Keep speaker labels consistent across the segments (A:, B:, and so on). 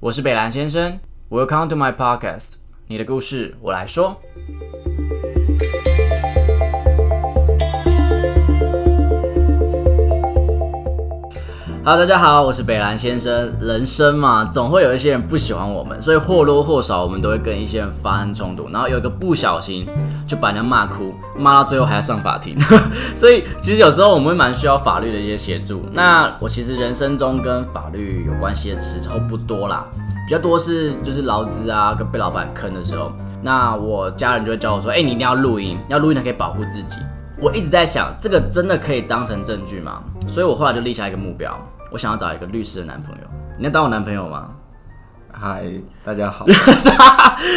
A: 我是北兰先生，Welcome to my podcast，你的故事我来说。Hello，大家好，我是北兰先生。人生嘛，总会有一些人不喜欢我们，所以或多或少我们都会跟一些人发生冲突，然后有一个不小心就把人家骂哭，骂到最后还要上法庭。 所以其实有时候我们会蛮需要法律的一些协助。那我其实人生中跟法律有关系的词汇不多啦，比较多是就是劳资啊，跟被老板坑的时候，那我家人就会教我说，哎、你一定要录音，要录音才可以保护自己。我一直在想，这个真的可以当成证据吗？所以我后来就立下一个目标，我想要找一个律师的男朋友。你能当我男朋友吗？
B: 嗨，大家好，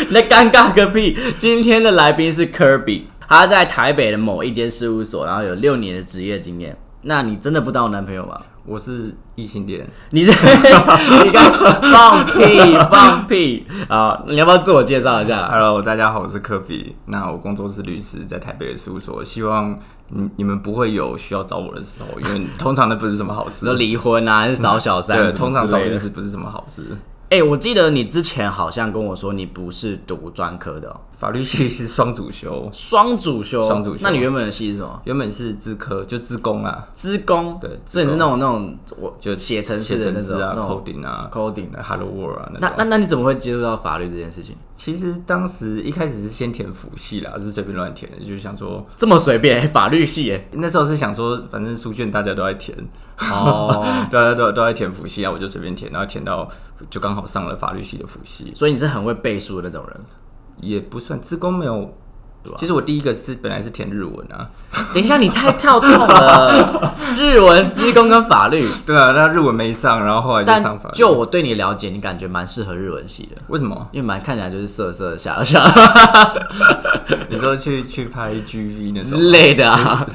A: 那尴尬个屁！今天的来宾是 Kirby，他在台北的某一间事务所，然后有六年的职业经验。那你真的不当我男朋友吗？
B: 我是异性恋。
A: 你这你刚放屁放屁啊！你要不要自我介绍一下？
B: Hello，大家好，我是科比。那我工作是律师，在台北的事务所。希望你你们不会有需要找我的时候，因为通常那不是什么好
A: 说
B: 事。
A: 离婚啊，还是找小三？
B: 嗯对，通常找律
A: 律师。
B: 师不是什么好事。
A: 哎、我记得你之前好像跟我说你不是读专科的、哦，
B: 法律系是双主修，
A: 双主修。
B: 双主修
A: 那你原本的系是什么？
B: 原本是自科，就自工啊，
A: 资工。
B: 对
A: 所以你是那种那种我
B: 就
A: 写程式
B: 写
A: 的
B: 程
A: 那
B: 式
A: 种
B: 啊
A: 那种
B: ，coding 啊
A: coding
B: ，Hello World 啊，那
A: 那
B: 种
A: 那那你怎么会接触到法律这件事情？
B: 其实当时一开始是先填辅系啦，是随便乱填的，就是想说
A: 这么随便、 法律系耶？
B: 那时候是想说，反正书卷大家都在填，
A: 哦，
B: 大家都都在填辅系啊，我就随便填，然后填到就刚好上了法律系的辅系，
A: 所以你是很会背书的那种人。
B: 也不算自工没有。其实我第一个是本来是填日文啊，
A: 等一下，你太跳痛 了，日文、资工跟法律。
B: 对啊，那日文没上，然后后来就上
A: 但
B: 法律。
A: 就我对你了解，你感觉蛮适合日文系的，
B: 为什么？
A: 因为蛮看起来就是色色下下
B: 你说去去拍 GV 那 种？
A: 之类的啊。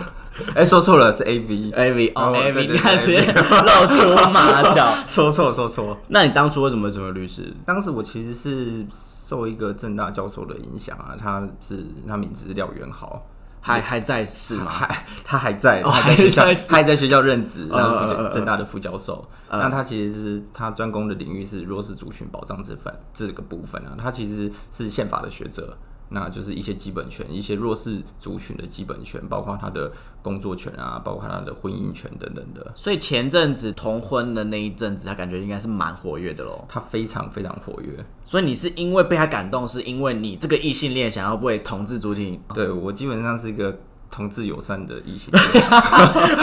B: 哎、说错了，是 AV，
A: A V 哦
B: 哦
A: A
B: 对
A: V，
B: 对
A: 你看直
B: 对
A: 接 露出马脚。
B: 说错说错。
A: 那你当初为什么会成为律师？
B: 当时我其实是受一个正大教授的影响啊，他是他名字是廖元豪，
A: 还还在世吗？
B: 还他还在，
A: 哦
B: 他还在学校，
A: 还在
B: 他还在学校任职，
A: 呃
B: 那副
A: 呃呃
B: 教
A: 呃
B: 正大的副教授。
A: 嗯
B: 那他其实是他专攻的领域是弱势族群保障这份这个部分啊，他其实是宪法的学者。那就是一些基本权，一些弱势族群的基本权，包括他的工作权啊，包括他的婚姻权等等的。
A: 所以前阵子同婚的那一阵子，他感觉应该是蛮活跃的咯。
B: 他非常非常活跃。
A: 所以你是因为被他感动，是因为你这个异性恋想要为同志主 体？
B: 对我基本上是一个同志友善的异性恋，
A: 我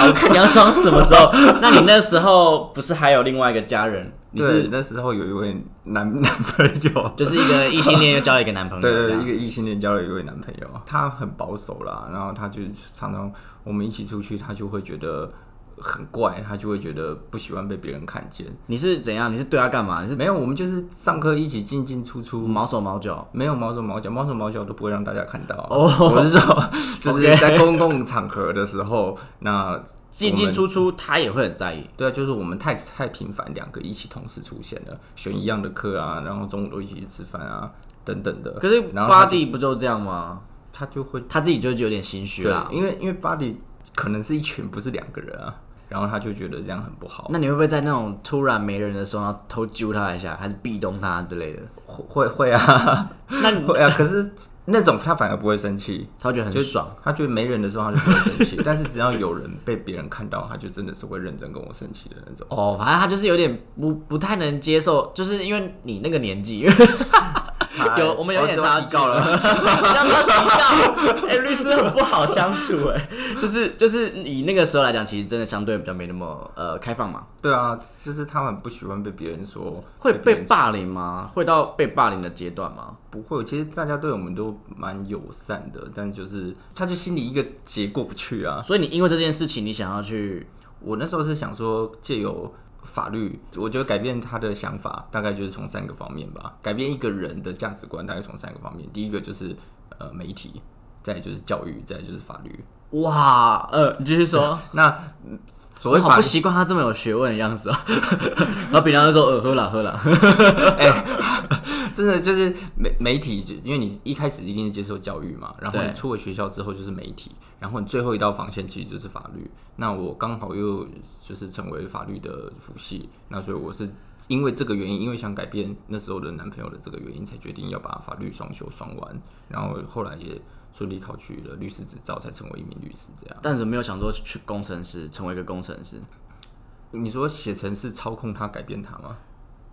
A: 哦看你要装什么时候？那你那时候不是还有另外一个家人？ 你
B: 对
A: 是
B: 那时候有一位男男朋友，
A: 就是一个异性恋又交了一个男朋 友？
B: 对对
A: 这
B: 对，
A: 样
B: 一个异性恋交了一位男朋友，他很保守啦，然后他就常常我们一起出去，他就会觉得很怪，他就会觉得不喜欢被别人看见。
A: 你是怎样？你是对他干嘛？你是
B: 没有，我们就是上课一起进进出出，
A: 毛手毛脚？
B: 没有毛手毛脚，毛手毛脚都不会让大家看到。
A: 哦
B: 我是 说，就
A: OK
B: 是在公共场合的时候，那
A: 进
B: 我
A: 进
B: 们
A: 出出，他也会很在意。
B: 对啊，就是我们太太频繁，两个一起同时出现了，选一样的课啊，然后中午都一起去吃饭啊，等等的。
A: 可是
B: 然后他
A: 巴
B: 就
A: 蒂不就这样吗？
B: 他就会
A: 他自己就是有点心虚啦。
B: 对，因为因为 body 可能是一群，不是两个人啊。然后他就觉得这样很不好，
A: 那你会不会在那种突然没人的时候，然后偷揪他一下，还是壁咚他之类的？
B: 会会会 啊，
A: 那你
B: 会啊。可是那种他反而不会生气，
A: 他会觉得
B: 就
A: 很爽。，
B: 他觉得没人的时候他就不会生 气，但是只要有人被别人看到，他就真的是会认真跟我生气的那种。
A: 哦，反正他就是有点不不太能接受，就是因为你那个年 纪， 有哎我们有点
B: 哦
A: 差
B: 都提 高了，
A: 让他提 到，哎、律师很不好相处，哎，就是就是以那个时候来讲，其实真的相对比较没那么呃开放嘛。
B: 对啊，就是他很不喜欢被别人说
A: 会
B: 别
A: 被
B: 人
A: 霸凌吗？会到被霸凌的阶段吗？
B: 不会，其实大家对我们都蛮友善的，但就是他就心里一个结过不去啊。
A: 所以你因为这件事情，你想要去
B: 我那时候是想说，借由法律，我觉得改变他的想法，大概就是从三个方面吧。改变一个人的价值观，大概从三个方面。第一个就是呃媒体，再来就是教育，再来就是法律。
A: 哇，呃，你继续说。
B: 那嗯所
A: 我
B: 谓
A: 好
B: 法
A: 不
B: 律，
A: 习惯他这哦 么有学问的样子啊、然后平常就说呃喝啦喝啦，
B: 哎、这 真的就是媒媒体，就因为你一开始一定是接受教育嘛，然后你
A: 对
B: 出了学校之后就是媒体，然后你最后一道防线其实就是法律。那我刚好又就是成为法律的辅系，那所以我是因为这个原因，因为想改变那时候的男朋友的这个原因，才决定要把法律双修双完，然后后来也顺利考取了律师执照，才成为一名律师。这样，
A: 但是没有想说去工程师，成为一个工程师
B: 你说写程式操控他改变他吗？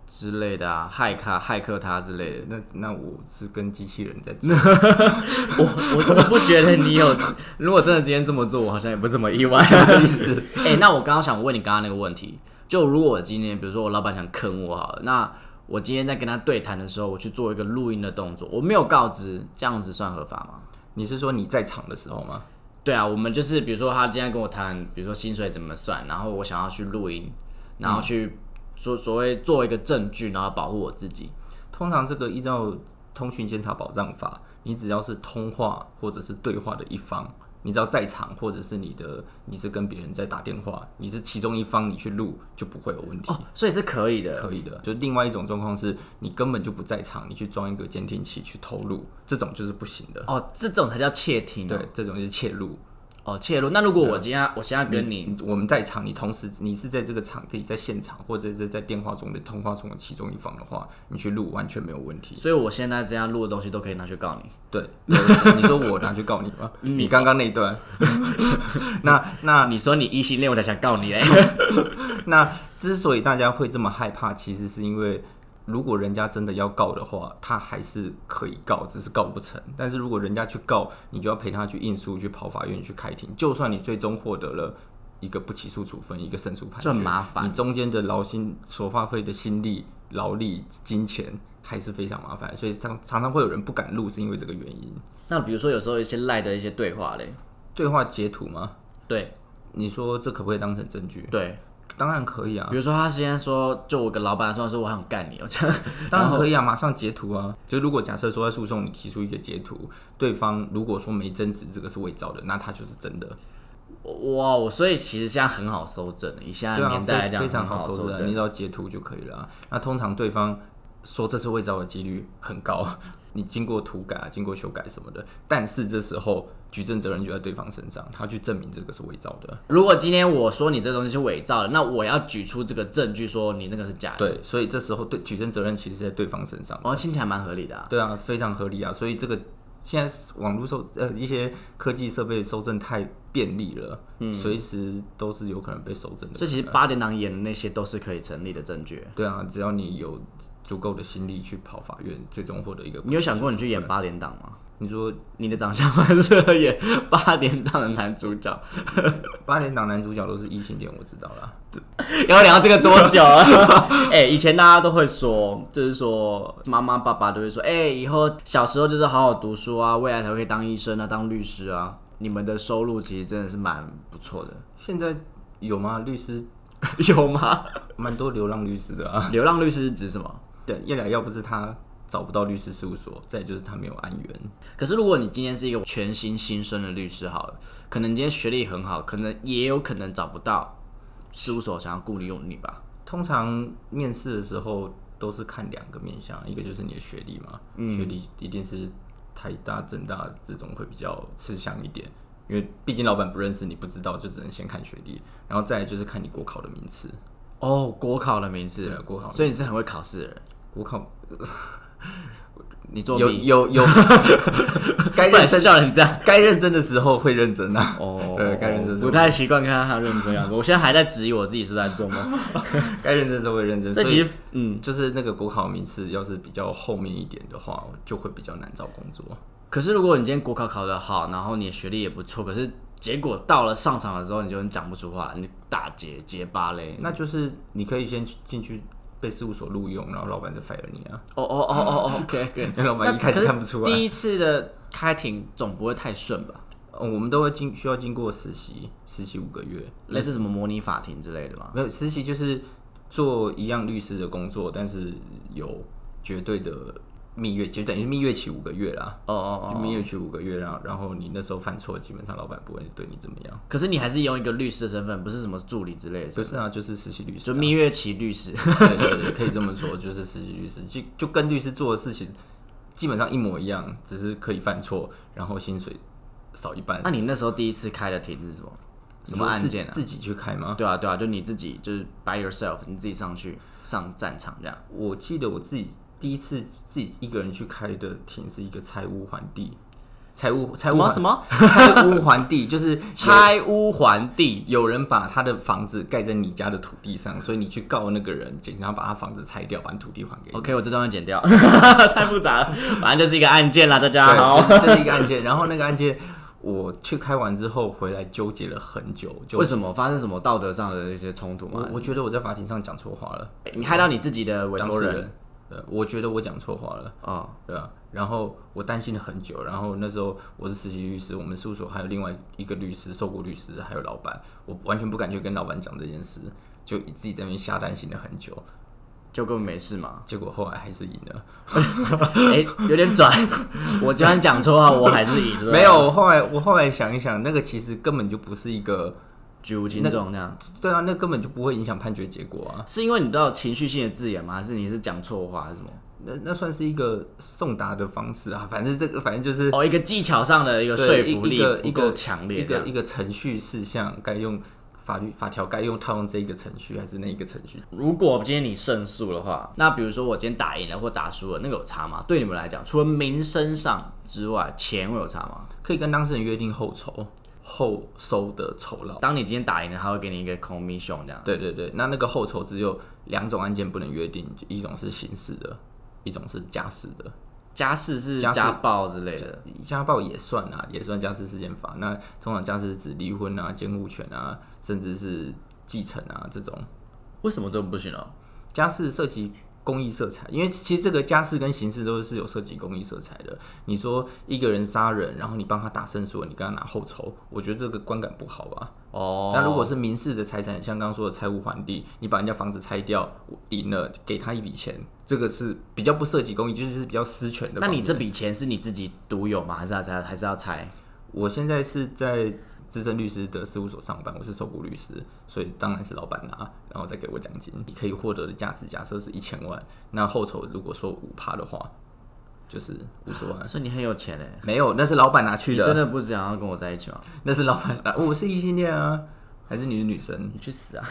A: 之类的啊，骇客骇客他之类的。
B: 那那我是跟机器人在做。
A: 我我真的不觉得你有，如果真的今天这么做，我好像也不怎么意外。
B: 什么意思？
A: 哎、那我刚刚想问你刚刚那个问题，就如果我今天，比如说我老板想坑我好了，那我今天在跟他对谈的时候，我去做一个录音的动作，我没有告知，这样子算合法吗？
B: 你是说你在场的时候吗？
A: 对啊，我们就是比如说他今天跟我谈，比如说薪水怎么算，然后我想要去录音，然后去所所谓做一个证据，然后保护我自己。
B: 通常这个依照《通讯监察保障法》，你只要是通话或者是对话的一方，你只要在场，或者是你的你是跟别人在打电话，你是其中一方，你去录就不会有问题。
A: 哦，所以是可以的。
B: 可以的，就另外一种状况是你根本就不在场，你去装一个监听器去偷录，这种就是不行的。
A: 哦，这种才叫窃听、哦。
B: 对，这种就是窃录。
A: 哦，窃录。那如果我今天我现在跟你，
B: 我们在场，你同时你是在这个场地在现场，或者是在电话中的通话中的其中一方的话，你去录完全没有问题。
A: 所以我现在这样录的东西都可以拿去告你。
B: 对，对你说我拿去告你吗？
A: 嗯
B: 你刚刚那一段， 那那
A: 啊你说你异性恋，我才想告你嘞。
B: 那之所以大家会这么害怕，其实是因为如果人家真的要告的话，他还是可以告，只是告不成。但是如果人家去告，你就要陪他去应诉，去跑法院去开庭。就算你最终获得了。一个不起诉处分，一个胜诉判决，
A: 这很麻烦
B: 你中间的劳心所花费的心力、劳力、金钱还是非常麻烦，所以常常常会有人不敢录，是因为这个原因。
A: 那比如说有时候一些赖的一些对话嘞，
B: 对话截图吗？
A: 对
B: 你说这可不可以当成证据？
A: 对，
B: 当然可以啊
A: 比，如说他今天说，就我跟老板突然说我想干你，我这样，
B: 当然可以啊，马上截图啊。就如果假设说在诉讼你提出一个截图，对方如果说没争执，这个是伪造的，那它就是真的。
A: 哇，我所以其实现在很好搜证，以现
B: 对
A: 在
B: 啊，
A: 年代来讲
B: 非非常
A: 很
B: 好
A: 搜
B: 收证，你只要截图就可以了啊、那通常对方说这是伪造的几率很高，你经过涂改、啊、经过修改什么的，但是这时候举证责任就在对方身上，他去证明这个是伪造的。
A: 如果今天我说你这东西是伪造的，那我要举出这个证据说你那个是假的，
B: 对，所以这时候对举证责任其实是在对方身上。
A: 哦，听起来蛮合理的啊。
B: 对啊，非常合理啊，所以这个现在网络搜呃一些科技设备搜证太便利了，随、时都是有可能被搜证的。
A: 所以嗯其实八点档演的那些都是可以成立的证据。
B: 对啊，只要你有足够的心力去跑法院，最终获得一个。
A: 你有想过你去演？八点档吗？
B: 你说
A: 你的长相蛮适合演八点档的男主角。
B: 八连党男主角都是异性恋，我知道啦。
A: 要聊这个多久啊？哎、以前大家都会说，就是说妈妈爸爸都会说，哎、以后小时候就是好好读书啊，未来才可以当医生啊，当律师啊。你们的收入其实真的是蛮不错的，
B: 现在有吗？律师
A: 有吗？
B: 蛮多流浪律师的啊。
A: 流浪律师是指什么？
B: 对，一来要不是他找不到律师事务所，再就是他没有案源。
A: 可是如果你今天是一个全新新生的律师好了，可能你今天学历很好，可能也有可能找不到事务所想要雇你用你吧。
B: 通常面试的时候都是看两个面向，一个就是你的学历嘛，
A: 嗯
B: 学历一定是台大、政大这种会比较吃香一点，因为毕竟老板不认识你，不知道就只能先看学历，然后再来就是看你国考的名次。
A: 哦，国考的名字，
B: 对国考的
A: 所以你是很会考试的人，
B: 国考
A: 你作
B: 有
A: 弊，
B: 有有，该
A: 不然
B: 认真
A: 笑人这样。
B: 该认真的时候会认真啊，
A: 哦，
B: 对该认真的时候
A: 不太习惯看到他认真样子。我现在还在质疑我自己是不是在做 梦。
B: 该认真的时候会认真。
A: 这
B: 所以
A: 其实，嗯，
B: 就是那个国考的名次要是比较后面一点的话，就会比较难找工作。
A: 可是如果你今天国考考得好，然后你的学历也不错，可是结果到了上场的时候，你就很讲不出话，你打结结巴嘞。
B: 那就是你可以先去进去被事务所录用，然后老板再 fire 你 啊。
A: 哦哦哦哦哦，OK OK，
B: 因为老板一开始看不出来
A: 第一次的开庭总不会太顺吧？
B: 呃我们都会经需要经过实习，实习五个月。
A: 类似什么模拟法庭之类的吗？
B: 没有实习就是做一样律师的工作，但是有绝对的蜜月期，就等于是蜜月期五个月啦。
A: 哦哦
B: 就
A: 哦。
B: 蜜月期五个月啦，然后你那时候犯错，基本上老板不会对你怎么样。
A: 可是你还是用一个律师的身份，不是什么助理之类的身
B: 就
A: 份，
B: 是啊，就是实习律师
A: 就
B: 啊、
A: 蜜月期律 师。
B: 对对对，可以这么说，就是实习律师，就就跟律师做的事情基本上一模一样，只是可以犯错，然后薪水少一半。
A: 那你那时候第一次开的庭是什么？什么案件啊？
B: 自己自己去开吗？
A: 对啊，对啊，就你自己就是 by yourself，你自己上去上战场这样。
B: 我记得我自己第一次自己一个人去开的庭是一个拆屋还地，拆屋拆
A: 什
B: 屋
A: 么
B: 还
A: 什么
B: 拆屋还地，就是有
A: 拆屋还地？
B: 有人把他的房子盖在你家的土地上，所以你去告那个人，然后把他房子拆掉，把土地还给你。
A: OK，我这段要剪掉， 太复杂了。反正就是一个案件啦，大家好。
B: 对，就是一个案件。然后那个案件，我去开完之后回来纠结了很久，就
A: 为什么发生什么道德上的一些冲突吗
B: 我？我觉得我在法庭上讲错话了，
A: 你害到你自己的委
B: 当
A: 托
B: 事
A: 人。
B: 呃，我觉得我讲错话了，
A: 哦，
B: 对吧、然后我担心了很久，然后那时候我是实习律师，我们事务所还有另外一个律师、受雇律师，还有老板，我完全不敢去跟老板讲这件事，就自己在那边瞎担心了很久，
A: 就根本没事嘛。
B: 结果后来还是赢了。
A: 哎、有点 拽。我居然讲错话，我还是赢了。
B: 没有，，我后来我后来想一想，那个其实根本就不是一个，
A: 举无轻重那样。
B: 对啊，那根本就不会影响判决结果啊。
A: 是因为你都有情绪性的字眼吗？还是你是讲错话还是什么？
B: 那那算是一个送达的方式啊，反正这个反正就是
A: 哦，一个技巧上的一个说
B: 对
A: 服
B: 一
A: 力
B: 一个
A: 不
B: 一
A: 够
B: 个
A: 强
B: 一
A: 烈，这
B: 个一
A: 样。
B: 个程序事项该用法律法条该用套用这一个程序还是那一个程序？
A: 如果今天你胜诉的话，那比如说我今天打赢了或打输了，那个有差吗？对你们来讲，除了名声上之外，钱会有差吗？
B: 可以跟当事人约定后酬后收的酬劳。啊
A: 当你今天打赢了，他会给你一个 commission 这样。
B: 对对对，那那个后酬只有两种案件不能约定，一种是刑事的，一种是家事的。
A: 家事是
B: 家事
A: 家暴之类的，
B: 家暴也算啊，也算家事事件法。那通常家事指离婚啊、监护权啊，甚至是继承啊这种。
A: 为什么这不行
B: 啊
A: 哦？
B: 家事涉及公益色彩，因为其实这个家事跟刑事都是有涉及公益色彩的。你说一个人杀人，然后你帮他打胜诉，你跟他拿后酬，我觉得这个观感不好吧。
A: 哦，
B: 那如果是民事的财产，像刚刚说的拆屋还地，你把人家房子拆掉，我赢了给他一笔钱，这个是比较不涉及公益，就是比较私权的
A: 那
B: 方面。
A: 你这笔钱是你自己独有吗？还是要拆？还是要拆？
B: 我现在是在资深律师的事务所上班，我是受雇律师，所以当然是老板拿，然后再给我奖金。你可以获得的价值假设是一千万，那后酬如果说五趴的话，就是五十万。
A: 所以你很有钱哎，
B: 没有，那是老板拿去
A: 你真
B: 的，
A: 嗯的不想要跟我在一起吗？
B: 那是老板拿。我是异性恋啊，还是你是女生？
A: 你去死啊！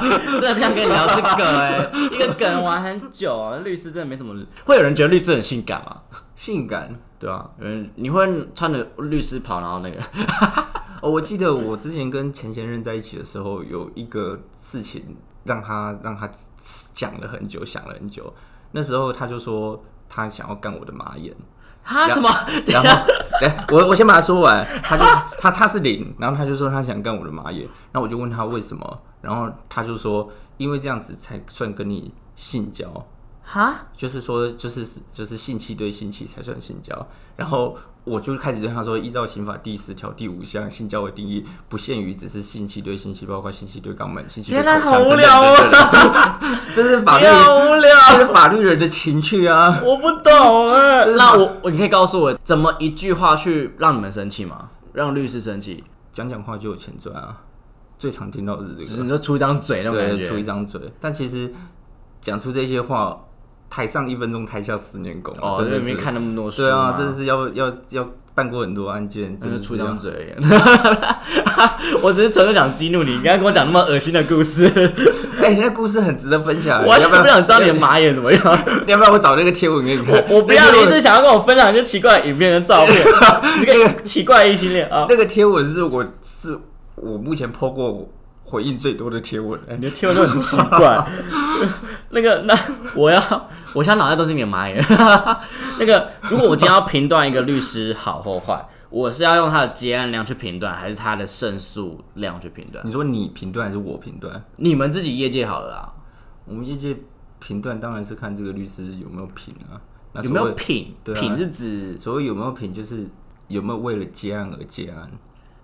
A: 真的不想跟你聊这个哎、一个梗玩很久啊。律师真的没什么，会有人觉得律师很性感吗？
B: 性感。
A: 对啊，有人你会穿着律师袍，然后那个
B: 哦，我记得我之前跟前前任在一起的时候，有一个事情让他让他讲了很久，想了很久。那时候他就说他想要干我的马眼。
A: 哈什么？
B: 然后， 对，我我先把他说完，他就他他是零，然后他就说他想干我的马眼，然后我就问他为什么，然后他就说因为这样子才算跟你性交，
A: 哈？
B: 就是说就是就是性器对性器才算性交，然后我就开始对他说，依照刑法第十条第五项性交的定义，不限于只是性器对性器，包括性器对肛门、性器对
A: 天哪
B: 口腔
A: 好
B: 等
A: 无
B: 等
A: 聊哦
B: 等等，这是法律，
A: 好无聊，
B: 这是法律人的情趣啊。
A: 我不懂哎、 那我我你可以告诉我怎么一句话去让你们生气吗？让律师生气，
B: 讲讲话就有钱赚啊，最常听到的是这
A: 就是
B: 个，
A: 你说出一张嘴那种感
B: 对，
A: 觉
B: 出一张嘴。但其实讲出这些话，台上一分钟，台下十年功啊，
A: 哦，
B: 真
A: 因
B: 的
A: 为没
B: 是，
A: 看那么多书
B: 对啊，真
A: 这
B: 的是要要要办过很多案件，
A: 真
B: 真
A: 的
B: 的
A: 出
B: 出
A: 一张
B: 张。
A: 嘴而已。 我只是纯粹想激怒你，你刚刚跟我讲那么恶心的故事，
B: 哎，你那故事很值得分 享，啊
A: 我完
B: 要
A: 全
B: 不
A: 不
B: 哎要？
A: 想知道你的马眼怎么样。
B: 要不要我找那个贴文给你看？
A: 我不要，
B: 那
A: 你
B: 个
A: 一直想要跟我分享一些奇怪的影片跟照片， 你这个奇怪的异性恋啊！
B: 那个贴文是我是我目前 PO 过回应最多的贴文。哎
A: 你的贴文都很奇 怪。那个，那我要，我现在脑袋都是你的马眼。 那个，如果我今天要评断一个律师好或坏，我是要用他的结案量去评断，还是他的胜诉量去评断？
B: 你说你评断还是我评断？
A: 你们自己业界好了啦，
B: 我们业界评断当然是看这个律师有没有品啊，那
A: 有没有
B: 所谓
A: 品？
B: 对啊
A: 品是指
B: 所谓有没有品，就是有没有为了接案而接案，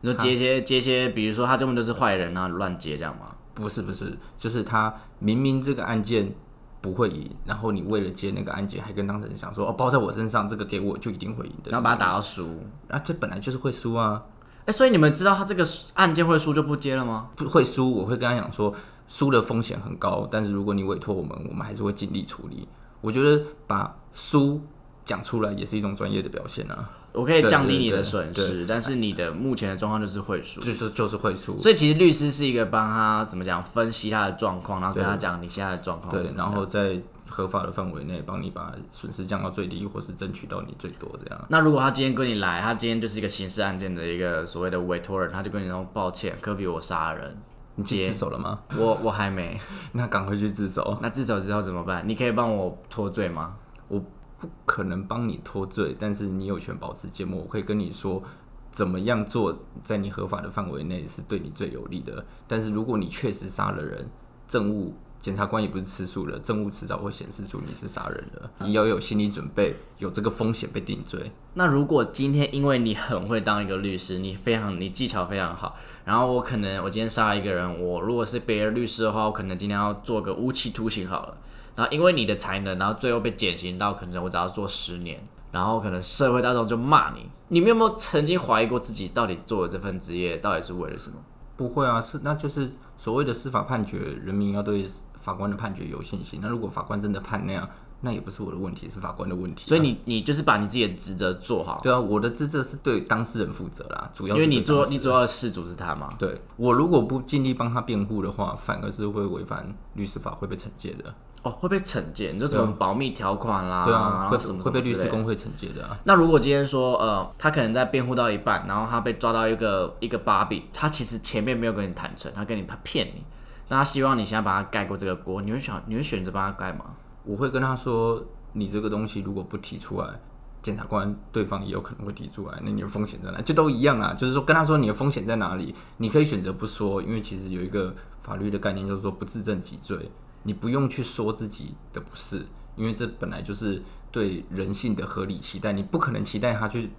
A: 你说接一些接一些，比如说他根本就是坏人啊，乱接这样吗？
B: 不是不是，就是他明明这个案件不会赢，然后你为了接那个案件，还跟当事人想说哦，包在我身上，这个给我就一定会赢的，
A: 然后把他打到输。
B: 啊，这本来就是会输啊，
A: 哎、所以你们知道他这个案件会输就不接了吗？
B: 不会输，我会跟他讲说，输的风险很高，但是如果你委托我们，我们还是会尽力处理。我觉得把输讲出来也是一种专业的表现啊，
A: 我可以
B: 对
A: 降低
B: 对
A: 你的
B: 对
A: 损
B: 对
A: 失，但是你的目前的状况就是会输。
B: 就是就是会输。
A: 所以其实律师是一个帮他怎么讲分析他的状况，然后跟他讲你现在的状况是
B: 对
A: 什，么样。
B: 然后在合法的范围内帮你把损失降到最低，或是争取到你最多这样。
A: 那如果他今天跟你来，他今天就是一个刑事案件的一个所谓的委托人，他就跟你说抱歉，科比我杀人，
B: 你去自首了吗？
A: 我我还没。
B: 那赶快去自首。
A: 那自首之后怎么办？你可以帮我脱罪吗？
B: 我不可能帮你脱罪，但是你有权保持缄默。我会跟你说怎么样做，在你合法的范围内是对你最有利的。但是如果你确实杀了人，证物检察官也不是吃素的，证物迟早会显示出你是杀人的，
A: 啊
B: 你要有心理准备，有这个风险被定罪。
A: 那如果今天因为你很会当一个律师，你非常你技巧非常好，然后我可能我今天杀了一个人，我如果是别的律师的话，我可能今天要做个无期徒刑好了。然后因为你的才能，然后最后被减刑到可能我只要做十年，然后可能社会大众就骂你。你们有没有曾经怀疑过自己到底做的这份职业到底是为了什么？
B: 不会啊，是那就是所谓的司法判决，人民要对法官的判决有信心。那如果法官真的判那样，那也不是我的问题，是法官的问题啊。
A: 所以你你就是把你自己的职责做好，
B: 对啊，我的职责是对当事人负责啦，主要
A: 因
B: 是
A: 为你
B: 对
A: 主
B: 当
A: 要
B: 事
A: 你主要的事主是他嘛。
B: 对我如果不尽力帮他辩护的话，反而是会违反律师法，会被惩戒的。
A: 哦，会被惩戒，你说什么保密条款啦，
B: 啊对
A: 然
B: 啊，
A: 后
B: 会
A: 什么什么
B: 会被
A: 之
B: 律
A: 类
B: 师
A: 的
B: 工会惩戒的、啊。
A: 那如果今天说，呃，他可能在辩护到一半，然后他被抓到一个一个把柄，他其实前面没有跟你坦诚，他跟你他骗你，那他希望你现在把他盖过这个锅，你会想，你会选择帮他盖吗？
B: 我会跟他说，你这个东西如果不提出来，检察官对方也有可能会提出来，那你的风险在哪？就都一样啊，就是说跟他说你的风险在哪里，你可以选择不说，因为其实有一个法律的概念就是说不自证己罪，你不用去说自己的不是，因为这本来就是对人性的合理期待，你不可能期待他去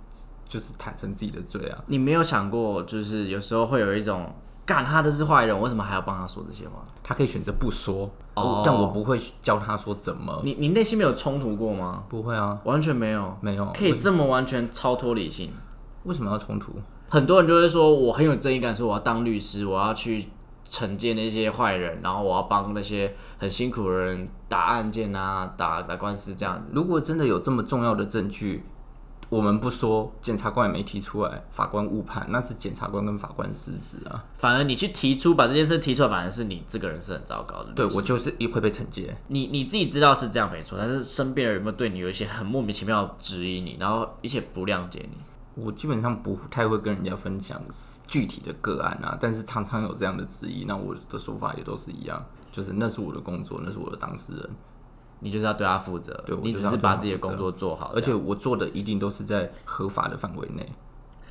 B: 就是坦诚自己的罪啊。
A: 你没有想过，就是有时候会有一种，干他就是坏人，我为什么还要帮他说这些话？
B: 他可以选择不说，
A: 哦
B: 但我不会教他说怎么，
A: 你你内心没有冲突过吗？
B: 不会啊，
A: 完全没有，
B: 没有，
A: 可以这么完全超脱理性。
B: 为什么要冲突？
A: 很多人就会说，我很有正义感，说我要当律师，我要去惩戒那些坏人，然后我要帮那些很辛苦的人打案件啊，打打官司这样子。
B: 如果真的有这么重要的证据，我们不说，检察官也没提出来，法官误判，那是检察官跟法官失职啊。
A: 反而你去提出把这件事提出来，反而是你这个人是很糟糕的。
B: 对，我就是一会被惩戒。
A: 你你自己知道是这样没错，但是身边人有没有对你有一些很莫名其妙的质疑你，然后一些不谅解你？
B: 我基本上不太会跟人家分享具体的个案啊，但是常常有这样的质疑，那我的说法也都是一样，就是那是我的工作，那是我的当事人，
A: 你就是要对他负责，
B: 对我
A: 你
B: 就
A: 只
B: 是要
A: 是
B: 对
A: 把
B: 他
A: 自己的
B: 负责
A: 工作做好。
B: 而且我做的一定都是在合法的范围内。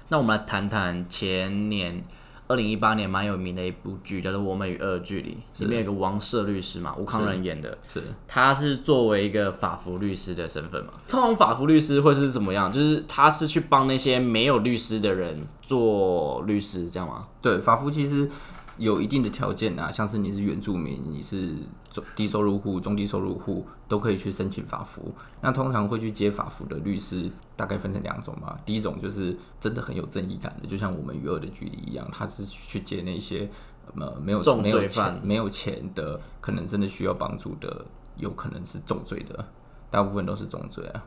A: 那我们来谈谈前年二零一八年蛮有名的一部剧，叫做《我们与恶的距离》，里面有个王赦律师嘛，吴康仁演的，
B: 是
A: 他是作为一个法服律师的身份嘛。通常法服律师会是怎么样？就是他是去帮那些没有律师的人做律师，这样吗？
B: 对，法服其实有一定的条件啊，像是你是原住民，你是中低收入户、中低收入户，都可以去申请法服。那通常会去接法服的律师，大概分成两种嘛。第一种就是真的很有正义感的，就像我们与恶的距离一样，他是去接那些呃没有
A: 重
B: 没有
A: 罪犯
B: 钱、没有钱的，可能真的需要帮助的，有可能是重罪的，大部分都是重罪啊。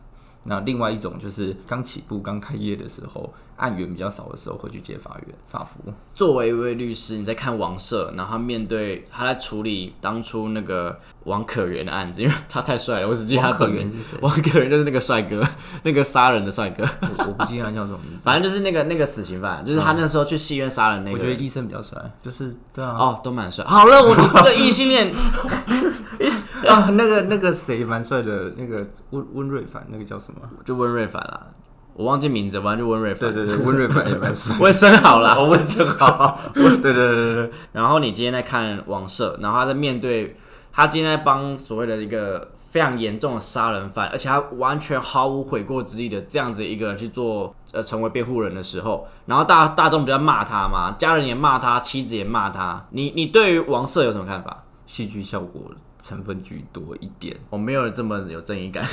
B: 那另外一种就是刚起步、刚开业的时候，案源比较少的时候，会去接法院法服。
A: 作为一位律师，你在看王赦，然后他面对他在处理当初那个王可元的案子，因为他太帅了，我只记得他
B: 王可
A: 本
B: 元
A: 名？
B: 是谁
A: 王可元就是那个帅哥，那个杀人的帅哥。
B: 我我不记得他叫什么名 字。
A: 反正就是那个那个死刑犯，就是他那时候去戏院杀人那
B: 嗯我
A: 个
B: 觉得
A: 人。
B: 医生比较帅，就是对啊，
A: 哦，都蛮帅。好了，我你这个异性恋，
B: 啊，那个那个谁蛮帅的，那个温温瑞凡，那个叫什么？
A: 就温瑞凡啦，我忘记名字，反正就温瑞凡。。
B: 对对对，哦温瑞凡也蛮帅
A: 我也生好了。
B: 我正好，我对对对对对，
A: 然后你今天在看网社，然后他在面对他今天在帮所谓的一个非常严重的杀人犯，而且他完全毫无悔过之意的这样子一个人去做呃成为辩护人的时候，然后大大众不就在骂他嘛，家人也骂他，妻子也骂他。你你对于王社有什么看法？
B: 戏剧效果成分居多一点。
A: 我没有这么有正义感。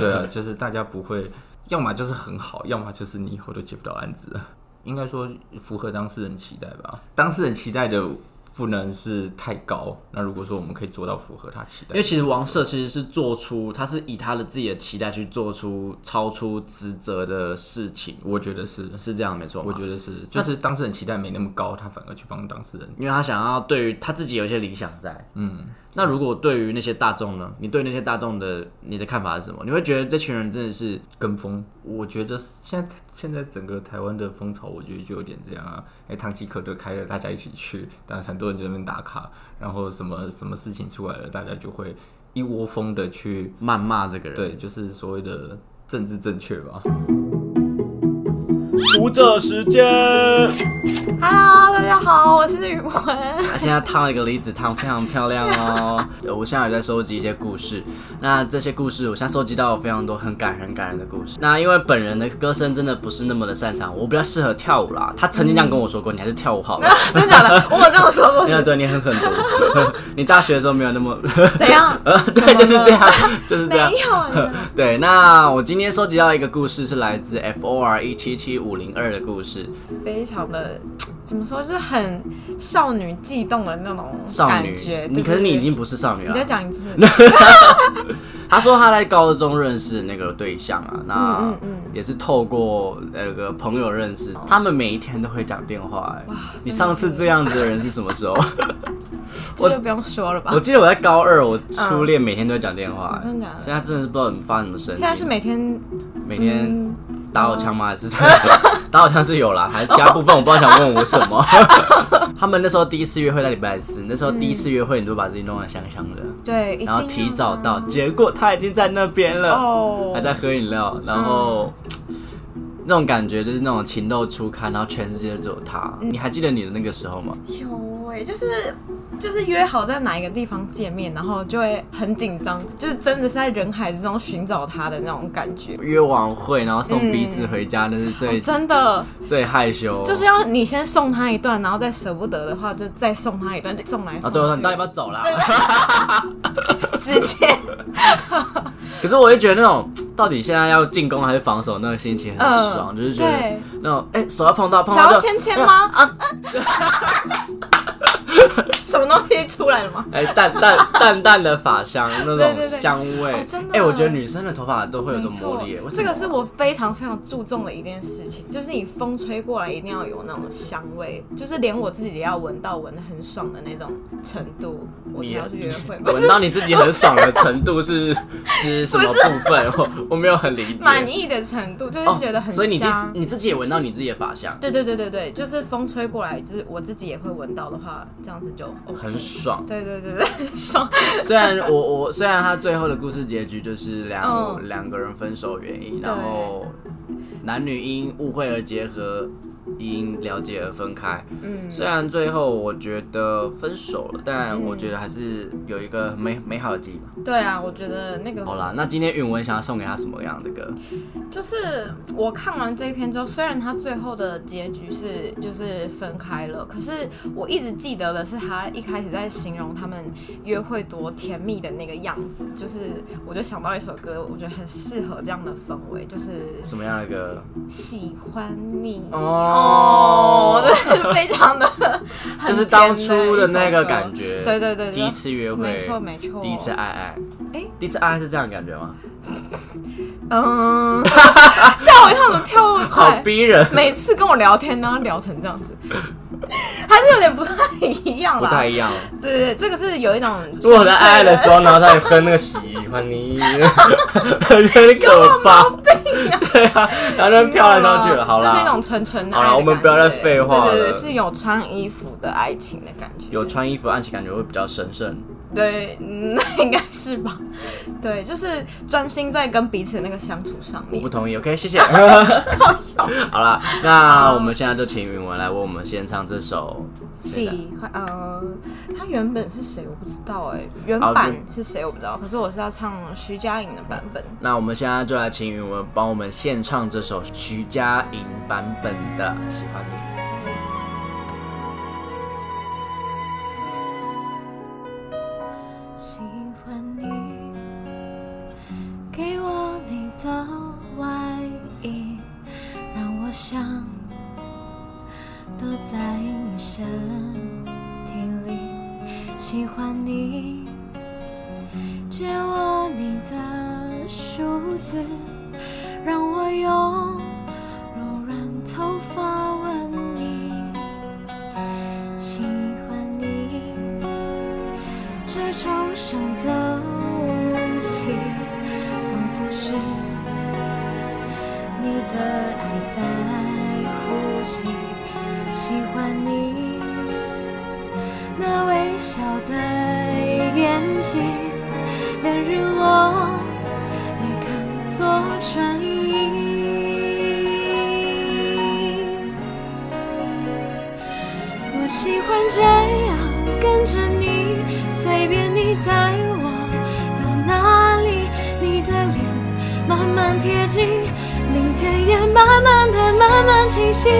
B: 对啊，就是大家不会，要么就是很好，要么就是你以后都接不到案子了。应该说符合当事人期待吧，当事人期待的不能是太高。那如果说我们可以做到符合他期
A: 因
B: 待
A: 为，其实王社其实是做出，他是以他的自己的期待去做出超出职责的事情，
B: 我觉得是，
A: 是这样没错吗
B: 我觉得是，就是当事人期待没那么高，他反而去帮当事人。
A: 因为他想要对于他自己有一些理想在。
B: 嗯，
A: 那如果对于那些大众呢？你对那些大众的你的看法是什么？你会觉得这群人真的是
B: 跟风，我觉得现在现在整个台湾的风潮，我觉得就有点这样啊。哎、唐吉诃德开了，大家一起去，但是很多人就在那边打卡，然后什么什么事情出来了，大家就会一窝蜂的去，
A: 谩骂这个人？
B: 对，就是所谓的政治正确吧。
A: 读者时间，
C: Hello，大家好，我是宇文。
A: 他啊现在烫了一个离子烫，非常漂亮哦。 呃我现在有在收集一些故事，那这些故事我现在收集到了非常多很感人、很感人的故事。那因为本人的歌声真的不是那么的擅长，我比较适合跳舞啦。他曾经这样跟我说过，你还是跳舞好了。
C: 真假的？我有这么说 过
A: 因？为对你很狠毒， 你大学的时候没有那么，
C: 怎样？
A: 呃， 对，就是这样，就是这
C: 没
A: 样。
C: 有呢。
A: 对，那我今天收集到一个故事，是来自 F O R 一七七五零二的故事，
C: 非常的怎么说，就是很少女悸动的那种
A: 少
C: 感
A: 女
C: 觉。，
A: 你
C: 对
A: 可是你已。
C: 对
A: 经
C: 对
A: 不是少女啊
C: 你
A: 了
C: 再。讲一次，
A: 他说他在高中认识那个对象啊，那
C: 嗯哦嗯
A: 也是透过那个朋友认识，他们每一天都会讲电话、哎，你上次这样子的人是什么 时候？
C: 这就不用说了吧
A: 我。记得我在高二，我初恋每天都会讲电话、哎
C: 嗯哦真的假的
A: 现在真的是不知道你发什么神经。
C: 现在是每天
A: 每天
C: 嗯哦
A: 打我枪吗？还是 打我枪是有啦，还是其他部分我不知道想问我什么。他们那时候第一次约会在礼拜四，那时候第一次约会你都把自己弄得香香的，
C: 对，嗯一定啊
A: 然后提
C: 要
A: 早到，结果他已经在那边了。
C: 哦，
A: 还在喝饮料，然后、那种感觉就是那种情窦初开，然后全世界只有他。
C: 嗯
A: 你还记得你的那个时候吗？
C: 有哎、就是就是约好在哪一个地方见面，然后就会很紧张，就是真的是在人海之中寻找他的那种感觉。
A: 约完会，然后送彼此回家，那是最、
C: 哦、真的
A: 最害羞。
C: 就是要你先送他一段，然后再舍不得的话，就再送他一段，就送来
A: 啊，
C: 送去。
A: 最后说你到底要不要走啦？
C: 直接
A: 可是我就觉得那种到底现在要进攻还是防守，那个心情很爽，
C: 嗯
A: 就是觉得
C: 对
A: 那种哎、手要碰到碰
C: 想
A: 到
C: 要
A: 就
C: 牵牵 吗？啊， 什么东西出来了吗？
A: 哎、淡淡淡淡的发香那
C: 对对
A: 种
C: 对
A: 香味，哎、
C: 哦真的
A: 我觉得女生的头发都会 有
C: 没
A: 种魔
C: 错
A: 力，哎为，什
C: 这
A: 么
C: 个是我非常非常注重的一件事情，就是你风吹过来一定要有那种香味，就是连我自己也要闻到闻的很爽的那种程度，我才
A: 你
C: 要去约会。 不
A: 闻
C: 是
A: 到你自己很爽的程度是 指什么部分？我我没有很理解。
C: 满意的程度，就是觉得很
A: 哦所以你自
C: 香。
A: 你自己也闻到你自己的发香，
C: 对对对对对，就是风吹过来，就是我自己也会闻到的话，这样子就 OK
A: 很爽。
C: 对对对对，爽。
A: 虽然我我虽然他最后的故事结局就是两
C: 嗯
A: 两个人分手原因，然后男女因误会而结合，因了解而分开。
C: 嗯，
A: 虽然最后我觉得分手了，但我觉得还是有一个美美好的记忆吧。
C: 对啊，我觉得那个
A: 好啦，那今天允文想要送给他什么样的歌？
C: 就是我看完这一篇之后，虽然他最后的结局是就是分开了，可是我一直记得的是他一开始在形容他们约会多甜蜜的那个样子，就是我就想到一首歌，我觉得很适合这样的氛围，就是
A: 什么样的歌？
C: 喜欢你
A: 哦
C: 哦，对，非常的很
A: 就是当
C: 甜
A: 初的那
C: 一首
A: 个
C: 歌
A: 感觉，
C: 对对对，对
A: 第一次约会，
C: 没错没错，
A: 第一次爱爱，
C: 哎
A: 第一次爱爱是这样的感觉吗？
C: 嗯， 吓我一跳，怎么跳那么
A: 好
C: 快？
A: 逼人，
C: 每次跟我聊天都要聊成这样 子，还是有点不太一样
A: 不
C: 啦。
A: 太一样。
C: 对对对，这个是有一种
A: 如果我在爱爱 的时
C: 候，
A: 候，然后他也哼那个喜欢你， 有点可怕。对啊，然后就飘来飘去了。好
C: 这是一
A: 啦，
C: 种纯纯的
A: 好
C: 爱
A: 啦
C: 的感
A: 我
C: 觉。
A: 们不要再废话
C: 对对
A: 了
C: 对，是有穿衣服的爱情的感觉。
A: 有穿衣服，爱情感觉会比较神圣。
C: 对，嗯， 应该是吧？对，就是专心在跟彼此那个相处上
A: 我
C: 面
A: 不。同意，OK，谢谢。好啦，那我们现在就请允文来为我们先唱这首。谁的
C: 喜欢呃，他原本是谁我不知道哎、原
A: 好
C: 版是谁我不知道，可是我是要唱徐佳莹的版本。
A: 那我们现在就来请允文帮我们献唱这首徐佳莹版本的《喜欢你》。
C: 喜
D: 的外衣，让我想躲在你身体里，喜欢你，借我你的梳子，让我用柔软头发吻你，喜欢你。这重生的武器，仿佛是你的爱在呼吸。喜欢你那微笑的眼睛，连日落也看作春意。我喜欢这样跟着你，随便你带我到哪里，你的脸慢慢贴近，明天也慢慢的慢慢清晰。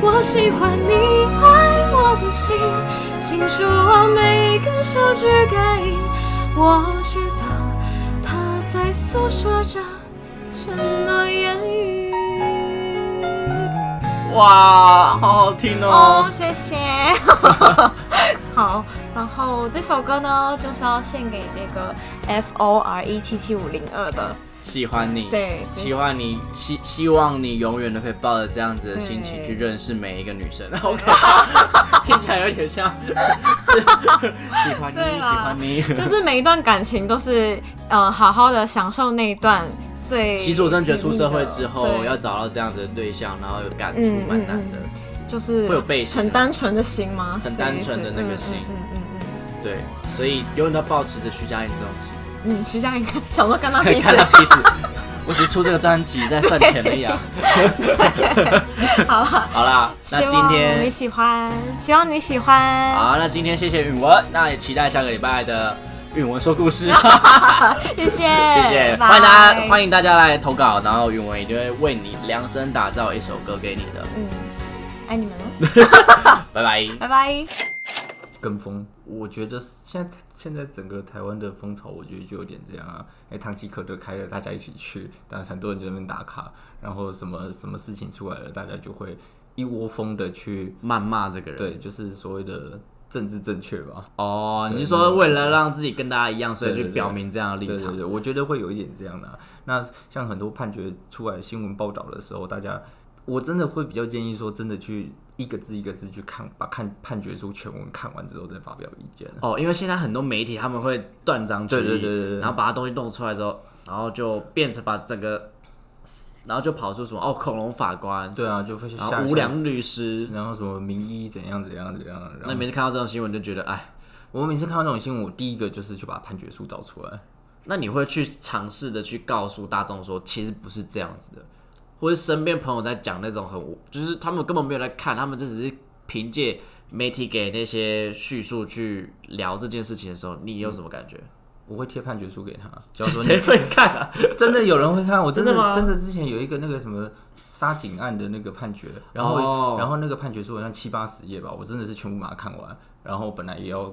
D: 我喜欢你爱我的心，清楚我每一个手指感应，我知道它在诉说着承诺言语。
A: 哇，好好听哦
C: 哦，！谢 谢。好，然后这首歌呢，就是要献给这个 F O R E 七七五零二的，
A: 喜欢你，
C: 对就是
A: 喜欢你，希希望你永远都可以抱着这样子的心情
C: 对
A: 去认识每一个女生。OK，听起来有点像是 喜欢你，
C: 对啊
A: 喜
C: 啦
A: 欢你。
C: 就是每一段感情都是，呃，好好的享受那一段最。
A: 其实我真的觉得出社会之后
C: 对嗯
A: 要找到这样子的对象，然后有感触，蛮难的。
C: 就是
A: 会有背心啊
C: 很单纯的心吗？
A: 很单纯的那个心
C: 嗯嗯嗯嗯
A: 对，所以永远都保持着徐佳莹这种心。
C: 嗯嗯，徐佳莹 想说 跟他比
A: 看
C: 谁
A: 他屁事，我只是出这个专辑在赚钱而已啊。
C: 好了。
A: 好啦，那
C: 希
A: 今
C: 望你
A: 天
C: 喜欢，希望你喜欢。
A: 好，啊那今天谢谢允文，那也期待下个礼拜的允文说故 事。谢
C: 谢谢，谢
A: 谢，欢迎大家，欢迎大家来投稿，然后允文一定会为你量身打造一首歌给你的。
C: 嗯，爱你们哦，
A: 拜拜。
C: 拜拜。
B: 跟风，我觉得现在现在整个台湾的风潮，我觉得就有点这样啊。哎、唐吉诃德开了，大家一起去，但是很多人就在那边打卡，然后什么什么事情出来了，大家就会一窝蜂的去，
A: 谩骂这个人，
B: 对，就是所谓的政治正确吧。
A: 哦，你是
B: 对那
A: 说
B: 种
A: 为了让自己跟大家一样，所以
B: 对
A: 去
B: 对对
A: 表明这样的立
B: 对
A: 场
B: 对？对，我觉得会有一点这样的啊、那像很多判决出来新闻报道的时候，大家我真的会比较建议说，真的去一个字一个字去看，把看判决书全文看完之后再发表意见。
A: 哦，因为现在很多媒体他们会断章取义，
B: 对对对对对
A: 然后把它东西弄出来之后，然后就变成把整个，然后就跑出什么哦，恐龙法官，
B: 对啊，就会
A: 然
B: 下
A: 后无良律师，
B: 然后什么名医怎样怎样怎样，然
A: 那
B: 后
A: 每次看到这种新闻就觉得，哎，
B: 我每次看到这种新闻，我第一个就是去把判决书找出来。
A: 那你会去尝试着去告诉大众说，其实不是这样子的，或者身边朋友在讲那种很无，就是他们根本没有在看，他们这只是凭借媒体给那些叙述去聊这件事情的时候，你有什么感 觉？
B: 我会贴判决书给他，叫
A: 这
B: 说
A: 谁会看啊？
B: 你真的有人会看，我真的
A: 真的吗
B: 真的之前有一个那个什么杀警案的那个判决，然后、
A: 哦
B: 然后那个判决书好像七八十页吧，我真的是全部把它看完，然后本来也要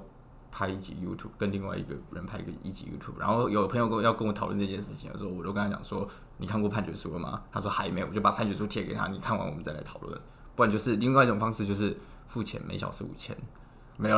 B: 拍一集 YouTube，跟另外一个人拍一个一集 YouTube，然后有朋友跟我要跟我讨论这件事情的时候，我就跟他讲说，你看过判决书了吗？他说还没有，我就把判决书贴给他，你看完我们再来讨论，不然就是另外一种方式就是付钱每小时五千，没有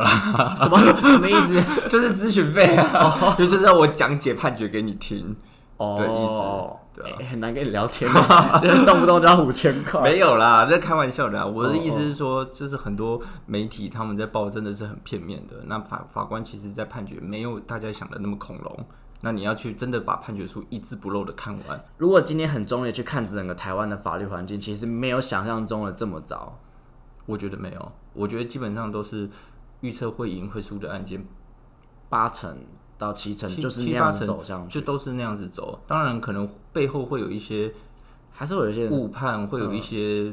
B: 啦。
A: 什么什么意思？
B: 就是咨询费啊，就就是让我讲解判决给你听。
A: 哦，
B: 的意思对啊
A: 欸很难跟你聊天 欸，就是动不动就要五千块。
B: 没有啦，这开玩笑的啊、我
A: 哦
B: 的意思是说，就是很多媒体他们在报真的是很片面的。那法法官其实，在判决没有大家想的那么恐龙。那你要去真的把判决书一字不漏的看完，
A: 如果今天很中立地去看整个台湾的法律环境，其实没有想象中的这么糟。
B: 我觉得没有。我觉得基本上都是预测会赢会输的案件，
A: 八成到七成
B: 七
A: 就是那
B: 七
A: 样
B: 八
A: 子
B: 成
A: 走向去
B: 就，都是那样子走。当然，可能背后会有一些
A: 还是会嗯有一些人
B: 误判，会有一些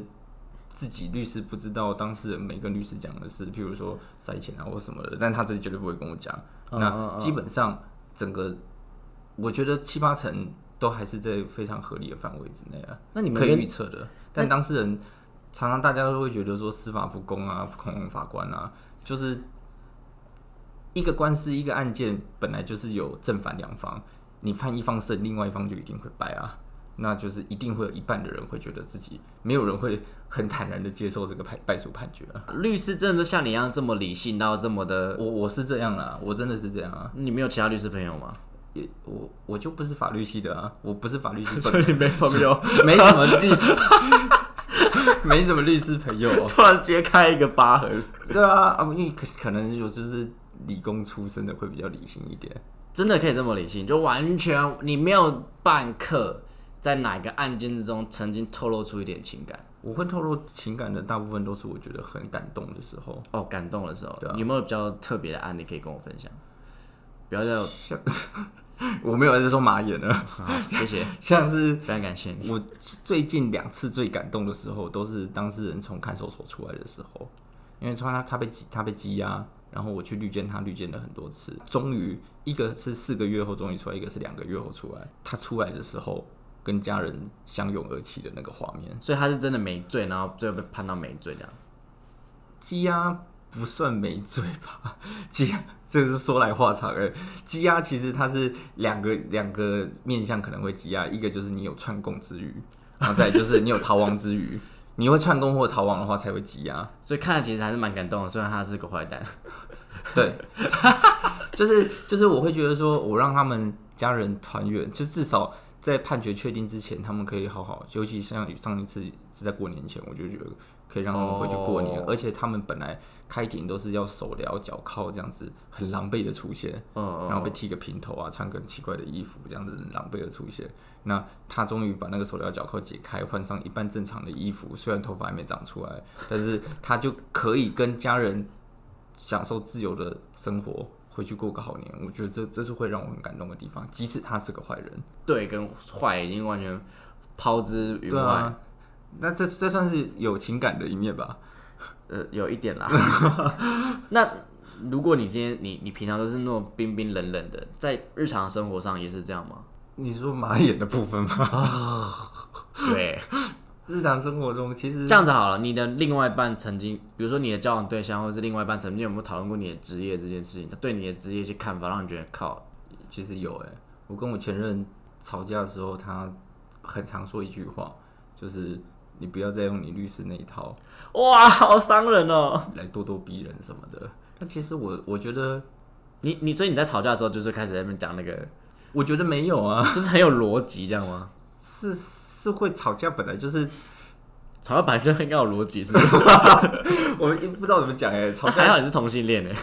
B: 自己律师不知道当事人没跟律师讲的事，譬如说塞钱啊或什么的，但他自己绝对不会跟我讲。
A: 嗯嗯
B: 那
A: 嗯
B: 基本上整个，我觉得七八成都还是在非常合理的范围之内啊，
A: 那你们
B: 可以
A: 跟
B: 预测的。但当事人常常大家都会觉得说司法不公啊，恐龙法官啊，就是一个官司一个案件本来就是有正反两方，你判一方胜，另外一方就一定会败啊。那就是一定会有一半的人会觉得自己没有人会很坦然的接受这个判败诉判决啊。
A: 律师真的像你一样这么理性到这么的？
B: 我我是这样啦，我真的是这样啊，
A: 你没有其他律师朋友 吗？
B: 也我我就不是法律系的啊，我不是法律 系
A: 所
B: 本
A: 以
B: 人，
A: 没朋友。
B: 没什么律师，没什么律师朋友、哦。
A: 突然揭开一个疤痕，
B: 对啊，啊，因为可可能我就是理工出身的会比较理性一点。
A: 真的可以这么理性，就完全你没有半刻在哪个案件之中曾经透露出一点情感
B: 我会透露情感的大部分都是我觉得很感动的时候，
A: 哦，感动的时候，
B: 对啊
A: 你有没有比较特别的案例可以跟我分享？不要再有，
B: 像 我没有在说马眼了，
A: 好，谢谢，
B: 像是
A: 非常感谢你。
B: 我最近两次最感动的时候，都是当事人从看守所出来的时候，因为他他他被羁他被羁押，然后我去绿箭他绿箭了很多次，终于一个是四个月后终于出来，一个是两个月后出来。他出来的时候跟家人相拥而泣的那个画面，
A: 所以他是真的没罪，然后最后被判到没罪这样。
B: 羁押不算没罪吧？ 羁押这个是说来话长哎、羁押其实它是两个两个面向可能会羁押，一个就是你有串供之余，然后再来就是你有逃亡之余。 你会串供或逃亡的话才会羁押，
A: 所以看了其实还是蛮感动的，虽然他是个坏 蛋。
B: 对， 就是就是我会觉得说，我让他们家人团圆，就至少在判决确定之前，他们可以好好，尤其像上一次是在过年前，我就觉得可以让他们回去过年，
A: 哦
B: 而且他们本来开庭都是要手镣脚铐这样子，很狼狈的出现。
A: 嗯，
B: 然后被剃个平头啊，穿个很奇怪的衣服，这样子很狼狈的出现。那他终于把那个手镣脚铐解开，换上一半正常的衣服，虽然头发还没长出来，但是他就可以跟家人享受自由的生活，回去过个好年。我觉得这这是会让我很感动的地方，即使他是个坏人，
A: 对跟坏已经完全抛之云
B: 对
A: 外，
B: 啊，那这这算是有情感的一面吧？
A: 呃，有一点啦。 那如果你今天你你平常都是那种冰冰冷冷的，在日常生活上也是这样吗？
B: 你说马眼的部分吗？
A: 对，
B: 日常生活中其实
A: 这样子好了，你的另外一半曾经，比如说你的交往对象，或者是另外一半曾经有没有讨论过你的职业这件事情？他对你的职业一些看法，让你觉得靠，
B: 其实有哎、我跟我前任吵架的时候，他很常说一句话，就是你不要再用你律师那一套
A: 哇，好伤人哦。
B: 来咄咄逼人什么的。那其实我我觉得，
A: 你你所以你在吵架的时候，就是开始在那边讲那个，
B: 我觉得没有啊，
A: 就是很有逻辑，这样吗？
B: 是是会吵架，本来就是
A: 吵架本来就应该有逻辑，是不 是？
B: 我们不知道怎么讲哎、吵
A: 那还 好
B: 架
A: 你是同性恋哎，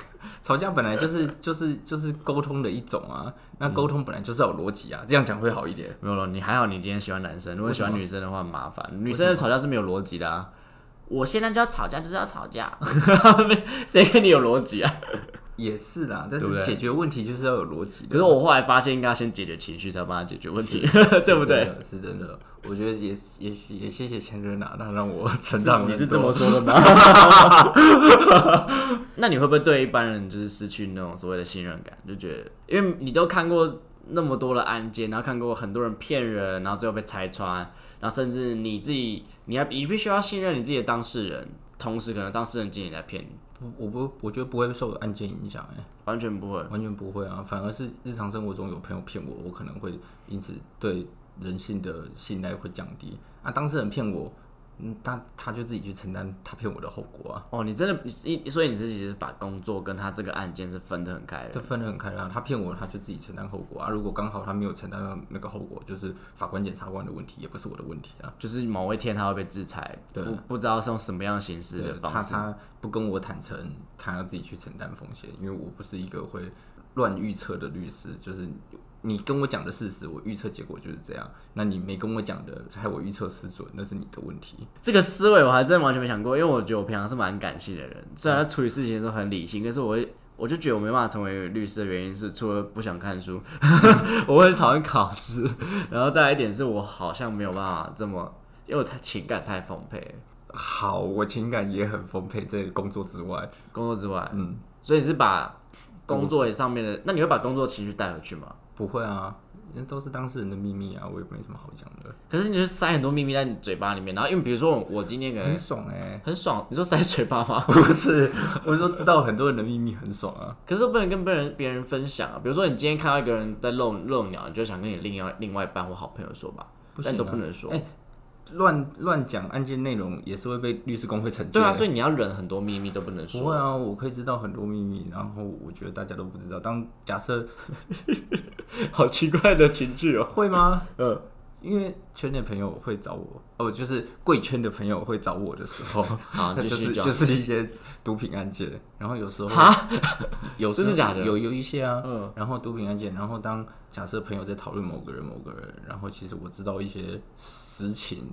B: 吵架本来就是就是就是沟通的一种啊，那沟通本来就是要有逻辑啊，这样讲会好一点。
A: 没有了。你还好，你今天喜欢男生，如果喜欢
B: 为什么
A: 女生的话很麻 烦，女生的吵架是没有逻辑的啊。我现在就要吵架，就是要吵架， 谁跟你有逻辑啊？
B: 也是啦，但
A: 对不
B: 是
A: 对
B: 解决问题就是要有逻辑的。啊
A: 可是我后来发现，应该要先解决情绪，才帮他解决问题， 对不对？
B: 是真的？是真的，我觉得也也也谢谢前任啊，他让我成长了很 多。
A: 你是这么说的 吗？那你会不会对一般人就是失去那种所谓的信任感？就觉得，因为你都看过那么多的案件，然后看过很多人骗人，然后最后被拆穿，然后甚至你自己，你要你必须要信任你自己的当事人，同时可能当事人今天也在骗你，
B: 我不，我觉得不会受案件影响，哎，
A: 完全不会。
B: 完全不会啊，反而是日常生活中有朋友骗我，我可能会因此对人性的信赖会降低啊。当事人骗我，嗯，他他就自己去承担他骗我的后果啊，
A: 哦，你真的，你所以你自己是把工作跟他这个案件是分得很开的。
B: 这分得很开啊。他骗我，他就自己承担后果啊。如果刚好他没有承担到那个后果，就是法官、检察官的问题，也不是我的问题啊。
A: 就是某一天他会被制裁，
B: 对
A: 不不知道是用什么样形式的
B: 对
A: 方
B: 他
A: 式。
B: 他不跟我坦诚，他要自己去承担风险，因为我不是一个会乱预测的律师，就是你跟我讲的事实，我预测结果就是这样，那你没跟我讲的，害我预测失准，那是你的问题。
A: 这个思维我还真的完全没想过，因为我觉得我平常是蛮感性的人，虽
B: 嗯
A: 然在处理事情的时候很理性，可是我会我就觉得我没办法成为律师的原因是，除了不想看书，
B: 嗯
A: 我会讨厌考试，然后再来一点是我好像没有办法这么，因为我太情感太丰沛了，
B: 好，我情感也很丰沛，在工作之外，
A: 工作之外，
B: 嗯，
A: 所以你是把工作上面的，那你会把工作情绪带回去吗？
B: 不会啊，那都是当事人的秘密啊，我也没什么好讲的，
A: 可是你就是塞很多秘密在你嘴巴里面，然后因为比如说我我今天可能
B: 很爽哎、
A: 很爽，你说塞嘴巴吗？
B: 不是，我说知道很多人的秘密很爽啊，
A: 可是都不能跟别人别人分享啊。比如说，你今天看到一个人在露露鸟，你就想跟你另外另外一半或好朋友说吧。
B: 不行
A: 但
B: 啊
A: 都不能说。
B: 哎乱乱讲案件内容也是会被律师工会惩戒。
A: 对啊，所以你要忍很多秘密都不能
B: 不会
A: 说。
B: 啊，我可以知道很多秘密，然后我觉得大家都不知道。当假设
A: 好奇怪的情绪哦。
B: 会吗？
A: 嗯，
B: 因为圈内朋友会找我，哦，就是贵圈的朋友会找我的时候，
A: 好，
B: 就
A: 继续
B: 是
A: 讲。
B: 就是一些毒品案件，然后有时候
A: 哈，
B: 有
A: 真的
B: 时候
A: 假的
B: 有有一些啊，
A: 嗯
B: 然后毒品案件，然后当假设朋友在讨论某个人某个人，然后其实我知道一些实情，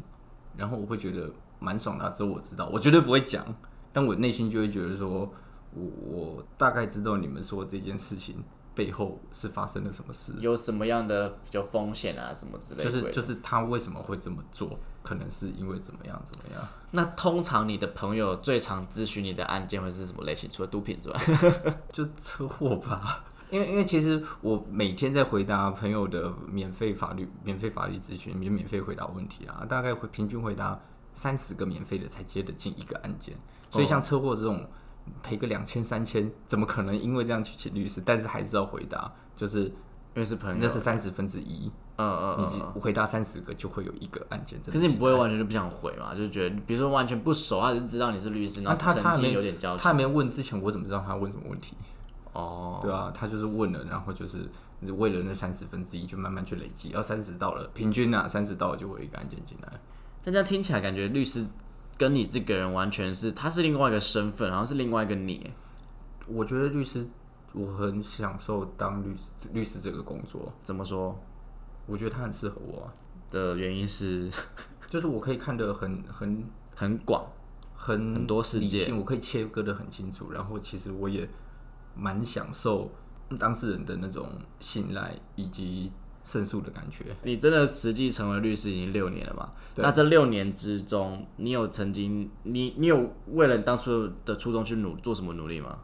B: 然后我会觉得蛮爽的啊、只有我知道，我绝对不会讲，但我内心就会觉得说，我我大概知道你们说这件事情背后是发生了什么事，
A: 有什么样的有风险啊，什么之类
B: 就
A: 的。
B: 是就是他为什么会这么做，可能是因为怎么样怎么样。
A: 那通常你的朋友最常咨询你的案件会是什么类型？除了毒品之外，
B: 就车祸吧。 因为因为其实我每天在回答朋友的免费法律免费法律咨询，免免费回答问题啊，大概会平均回答三十个免费的才接得进一个案件。所以
A: 哦
B: 像车祸这种赔个两千三千，怎么可能因为这样去请律师？但是还是要回答，就是
A: 因为是朋友，
B: 那是三十分之一，
A: 嗯嗯
B: 你
A: 嗯
B: 只
A: 嗯。
B: 回答三十个就会有一个案件真的
A: 可
B: 进来。
A: 是你不会完全就不想回嘛？就是觉得，比如说完全不熟，他只是知道你是律师，
B: 那
A: 然
B: 他
A: 后
B: 他
A: 曾
B: 还
A: 经
B: 没
A: 有点交集
B: 他还。没问之前，我怎么知道他问什么问题？
A: 哦，
B: 对啊，他就是问了，然后就是为了那三十分之一就慢慢去累积，要三十到了，平均啊，三十到了就会有一个案件进来。
A: 但这样听起来感觉律师跟你这个人完全是，他是另外一个身份，好像是另外一个你。
B: 我觉得律师，我很享受当律师律师这个工作，
A: 怎么说
B: 我觉得他很适合我啊、
A: 的原因是
B: 就是我可以看得很很
A: 很广，
B: 很
A: 很多世界
B: 理性我可以切割的很清楚，然后其实我也蛮享受当事人的那种信赖以及胜诉的感觉。
A: 你真的实际成为律师已经六年了嘛？
B: 对
A: 那这六年之中，你有曾经你你有为了你当初的初衷去努做什么努力吗？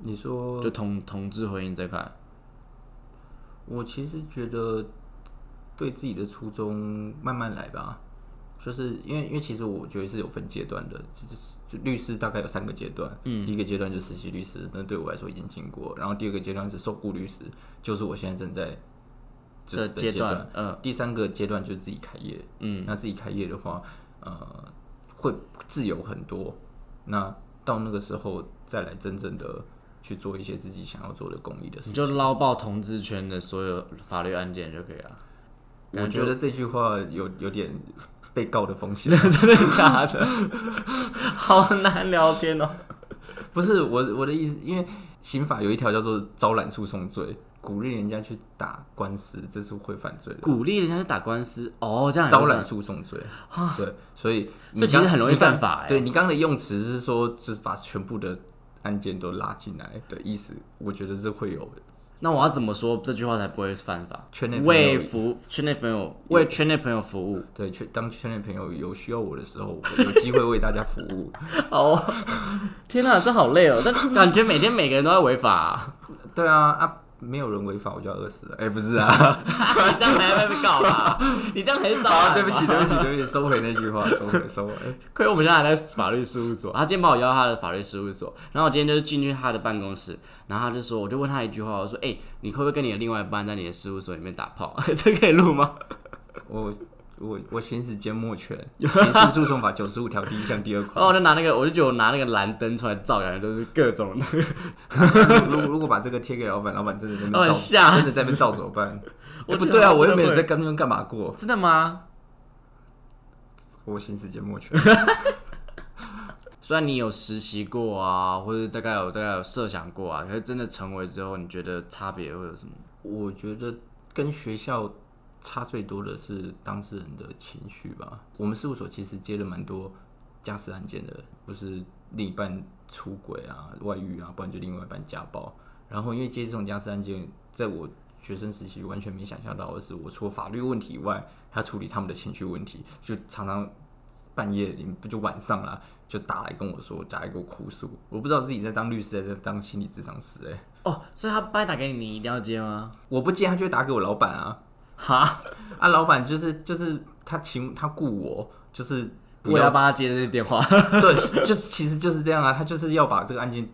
B: 你说
A: 就同同志婚姻这块，
B: 我其实觉得对自己的初衷慢慢来吧，就是因为因为其实我觉得是有分阶段的，就就律师大概有三个阶段，嗯，第一个阶段就是实习律师，那对我来说已经经过，然后第二个阶段是受雇律师，就是我现在正在就是
A: 的阶
B: 阶段
A: 段，嗯
B: 第三个阶段就是自己开业，
A: 嗯，
B: 那自己开业的话，呃，会自由很多。那到那个时候再来真正的去做一些自己想要做的公益的事
A: 你
B: 情，
A: 就捞爆同志圈的所有法律案件就可以了。
B: 我觉得这句话有有点被告的风 险，啊
A: 真的假的？好难聊天哦。
B: 不是我我的意思，因为刑法有一条叫做招揽诉讼罪，鼓励人家去打官司，这是会犯罪的。
A: 鼓励人家去打官司哦，这样也
B: 啊招
A: 算
B: 揽诉讼罪，对，所以
A: 啊
B: 你
A: 这其实
B: 刚
A: 很容易
B: 你刚
A: 犯法哎
B: 对你刚刚的用词是说，就是把全部的案件都拉进来的意思，我觉得这会有
A: 那我要怎么说这句话才不会犯法？
B: 圈内朋友
A: 为服圈内朋友为圈内朋友服 务。
B: 对，圈当圈内朋友有需要我的时候，我有机会为大家服务。
A: 哦，天哪，这好累哦！但感觉每天每个人都在违法、
B: 对啊啊，没有人违法，我就要饿死了。哎、不是啊。
A: 你这样才会被告吧？ 你这样才是招
B: 好、
A: 揽
B: 啊，对不
A: 吧
B: 起，对不起，对不起，收回那句话，收回，收回。
A: 亏我们现在还在法律事务所，他今天把我邀到他的法律事务所，然后我今天就进去他的办公室，然后他就说，我就问他一句话，我说，哎、你会不会跟你的另外一半在你的事务所里面打炮？ 这可以录吗？
B: 我我我行使缄 默权，刑事诉讼法九十五条第一项第二
A: 然后我
B: 款。
A: 就拿那个，我就觉得我拿那个蓝灯出来照，感觉都是各种的。
B: 如如如果把这个贴给老板，老板真的在那
A: 老
B: 边
A: 板哦
B: 照，
A: 吓
B: 真
A: 死
B: 的在那边照怎么办？
A: 我
B: 哎
A: 觉
B: 不
A: 得
B: 对啊，
A: 我
B: 我
A: 真的
B: 又没有
A: 会
B: 在干那边干嘛过，
A: 真的吗？
B: 我行使缄默权。
A: 虽然你有实习过啊，或者大概有大概有设想过啊，可是真的成为之后，你觉得差别会有什么？
B: 我觉得跟学校差最多的是当事人的情绪吧。我们事务所其实接了蛮多家事案件的，不是另一半出轨啊、外遇啊，不然就另外一半家暴。然后因为接这种家事案件，在我学生时期完全没想象到的是，我除了法律问题以外，还要处理他们的情绪问题，就常常半夜不就晚上啦，就打来跟我说，打来给我哭诉。我不知道自己在当律师还是在当心理咨商师、欸，哎，
A: 哦，所以他半夜打给你，你一定要接吗？
B: 我不接他就会打给我老板啊。
A: 哈，
B: 啊，老板就是就是他请他雇我，就是 不
A: 我要
B: 要
A: 帮他接这些电话。
B: 对，就是其实就是这样啊，他就是要把这个案件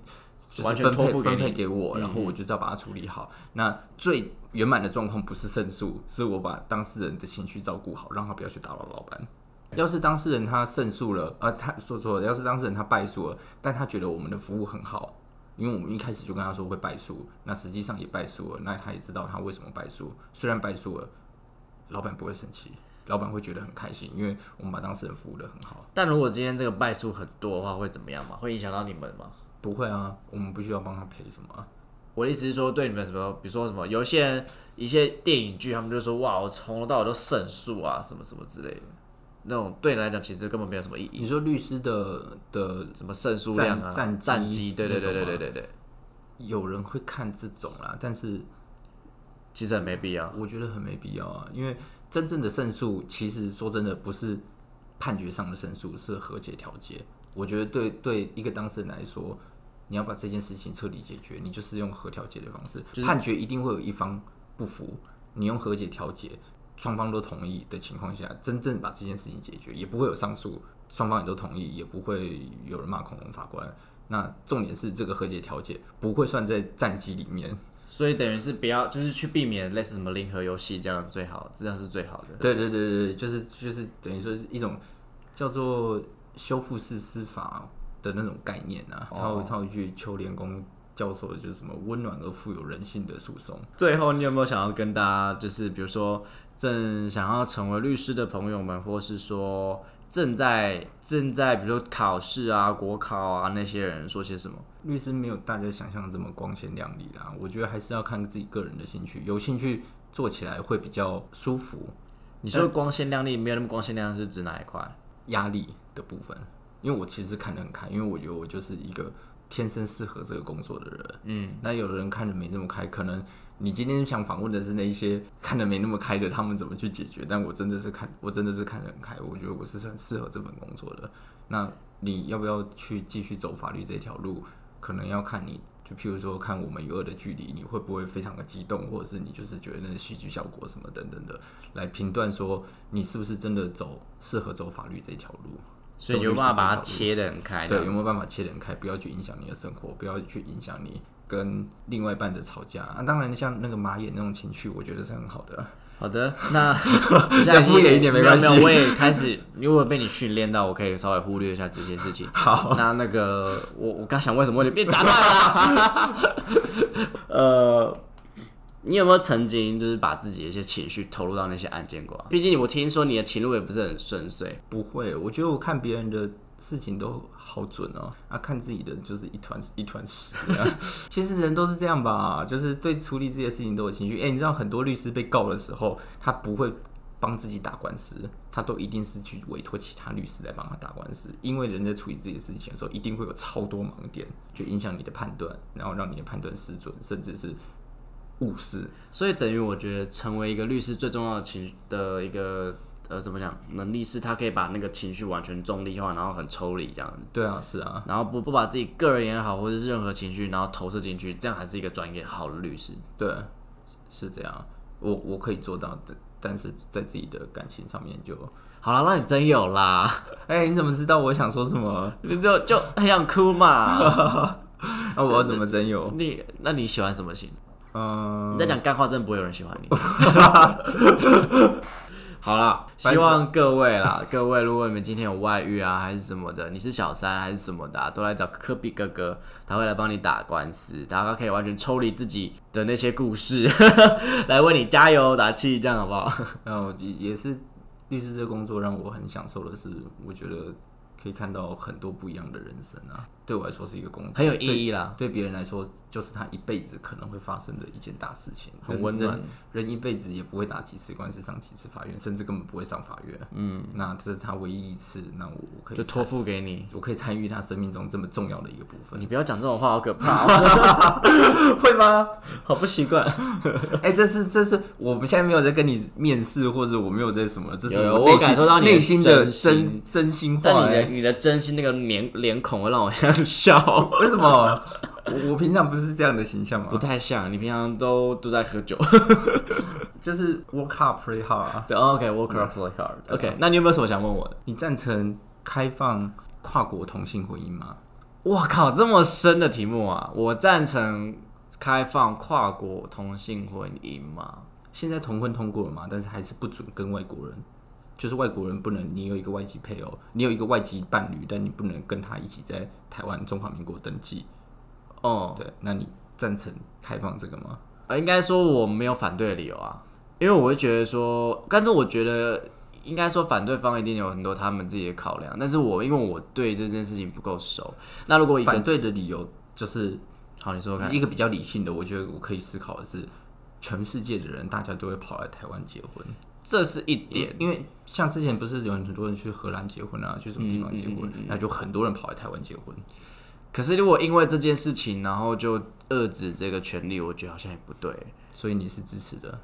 B: 就是
A: 完全
B: 分
A: 托
B: 配
A: 付给
B: 分
A: 你嗯
B: 配给我，然后我就是要把它处理好。那最圆满的状况不是胜诉，是我把当事人的情绪照顾好，让他不要去打扰老板。要是当事人他胜诉了，呃，他说错了，要是当事人他败诉了，但他觉得我们的服务很好，因为我们一开始就跟他说会败诉，那实际上也败诉了，那他也知道他为什么败诉，虽然败诉了，老板不会生气，老板会觉得很开心，因为我们把当事人服务的很好。
A: 但如果今天这个败诉很多的话，会怎么样吗？会影响到你们吗？
B: 不会啊，我们不需要帮他赔什么啊、
A: 我的意思是说，对你们什么，比如说什么，有一些人一些电影剧，他们就说哇，我从头到尾都胜诉啊，什么什么之类的，那种对你来讲其实根本没有什么意
B: 你
A: 义。
B: 说律师的的
A: 什么胜诉量啊，
B: 战战绩
A: 战绩，对对对
B: 那
A: 对
B: 种
A: 对
B: 吗
A: 对对，
B: 有人会看这种啦，但是
A: 其实很没必要。
B: 我觉得很没必要啊，因为真正的胜诉，其实说真的不是判决上的胜诉，是和解调解。我觉得对对一个当事人来说，你要把这件事情彻底解决，你就是用和调解的方式，判决一定会有一方不服，你用和解调解，双方都同意的情况下，真正把这件事情解决，也不会有上诉，双方也都同意，也不会有人骂恐龙法官。那重点是这个和解调解不会算在战绩里面，
A: 所以等于是不要，就是去避免类似什么零和游戏这样最好，这样是最好的。
B: 对对对对，对就是就是等于说是一种叫做修复式司法的那种概念啊。套套一句邱连公教授的就是什么温暖而富有人性的诉讼。
A: 最后，你有没有想要跟大家，就是比如说正想要成为律师的朋友们，或是说正在正在比如说考试啊、国考啊那些人说些什么？
B: 律师没有大家想象的这么光鲜亮丽啦，我觉得还是要看自己个人的兴趣，有兴趣做起来会比较舒服。
A: 你说光鲜亮丽，没有那么光鲜亮丽是指哪一块？
B: 压力的部分，因为我其实看得很开，因为我觉得我就是一个天生适合这个工作的人。嗯，那有的人看的没这么开，可能你今天想访问的是那一些看的没那么开的，他们怎么去解决？但我真的是看，我真的是看得很开，我觉得我是很适合这份工作的。那你要不要去继续走法律这条路？可能要看你，就譬如说看我们与恶的距离，你会不会非常的激动，或者是你就是觉得那个戏剧效果什么等等的，来评断说你是不是真的走适合走法律这条路。
A: 所以
B: 走
A: 有
B: 律
A: 办法
B: 师
A: 把它
B: 这条路
A: 切得很开。
B: 对，有没有办法切人开？不要去影响你的生活，不要去影响你跟另外一半的吵架啊。当然，像那个马眼那种情绪，我觉得是很好的啊。
A: 好 的，那
B: 再敷衍一点没关系
A: 有有，我也开始，因为我被你训练到，我可以稍微忽略一下这些事 情。好，那那个我我刚想问什么，你被打断了。 呃，你有没有曾经就是把自己的一些情绪投入到那些案件过啊？毕竟我听说你的情路也不是很顺遂，
B: 不会，我觉得我看别人的事情都好准哦，啊，看自己的就是一团一团屎啊。其实人都是这样吧，就是对处理这些事情都有情绪。哎、你知道很多律师被告的时候，他不会帮自己打官司，他都一定是去委托其他律师来帮他打官司，因为人在处理自己的事情的时候，一定会有超多盲点，就影响你的判断，然后让你的判断失准，甚至是误事。
A: 所以等于我觉得成为一个律师最重要的情的一个呃怎么讲能力是，他可以把那个情绪完全中立化，然后很抽离这样子。
B: 对啊，是啊，
A: 然后不不把自己个人也好，或者是任何情绪，然后投射进去，这样才是一个专业好的律师。
B: 对，是这样。我我可以做到的，但是在自己的感情上面就。
A: 好了，那你真有啦，
B: 哎、你怎么知道我想说什么？
A: 你就就很想哭嘛。
B: 那、我要怎么真有？
A: 你那你喜欢什么型？
B: 嗯、
A: 你在讲干话，真的不会有人喜欢你。 好啦，希望各位啦，各位，如果你们今天有外遇啊，还是什么的，你是小三还是什么的、啊，都来找科比哥哥，他会来帮你打官司，他可以完全抽离自己的那些故事， 来为你加油打气，这样好不好？
B: 呃，也也是律师这个工作让我很享受的是，我觉得可以看到很多不一样的人生啊。对我来说是一个工作，
A: 很有意义啦。
B: 对对别人来说，就是他一辈子可能会发生的一件大事情，
A: 很
B: 人
A: 温暖
B: 人。人一辈子也不会打几次官司，上几次法院，甚至根本不会上法院。嗯，那这是他唯一一次，那我我可以
A: 就托
B: 参，
A: 付给你。
B: 我可以参与他生命中这么重要的一个部分
A: 你。不要讲这种话，好可怕、哦，
B: 会吗？
A: 好不习惯。
B: 哎、这是这是我们现在没有在跟你面试，或者我没有在什么，这是
A: 有有
B: 我
A: 我
B: 内心
A: 感受到你的
B: 内心的
A: 真心
B: 真真心话、
A: 但你的
B: 哎，
A: 你的真心那个脸脸孔会让我 想笑，
B: 为什么？我我平常不是这样的形象吗？
A: 不太像。你平常都都在喝酒。
B: 就是 work hard, play hard 啊。
A: 对，OK，work、hard, play hard。OK，那你有没有什么想问我的？
B: 你赞成开放跨国同性婚姻吗？
E: 我靠，这么深的题目啊！我赞成开放跨国同性婚姻嘛？
B: 现在同婚通过了嘛，但是还是不准跟外国人，就是外国人不能，你有一个外籍配偶，你有一个外籍伴侣，但你不能跟他一起在台湾中华民国登记。
E: 哦、
B: 对，那你赞成开放这个吗？
E: 呃，应该说我没有反对的理由啊，因为我会觉得说，但是我觉得应该说反对方一定有很多他们自己的考量，但是我因为我对这件事情不够熟，那如果一
B: 反
E: 个
B: 对的理由就是
E: 好，你说说看
B: 一，个比较理性的，我觉得我可以思考的是，全世界的人大家都会跑来台湾结婚，
E: 这是一点
B: 因，因为像之前不是有很多人去荷兰结婚啊，去什么地方结婚，那就很多人跑来台湾结婚。
E: 可是如果因为这件事情，然后就遏制这个权利，我觉得好像也不对。
B: 所以你是支持的，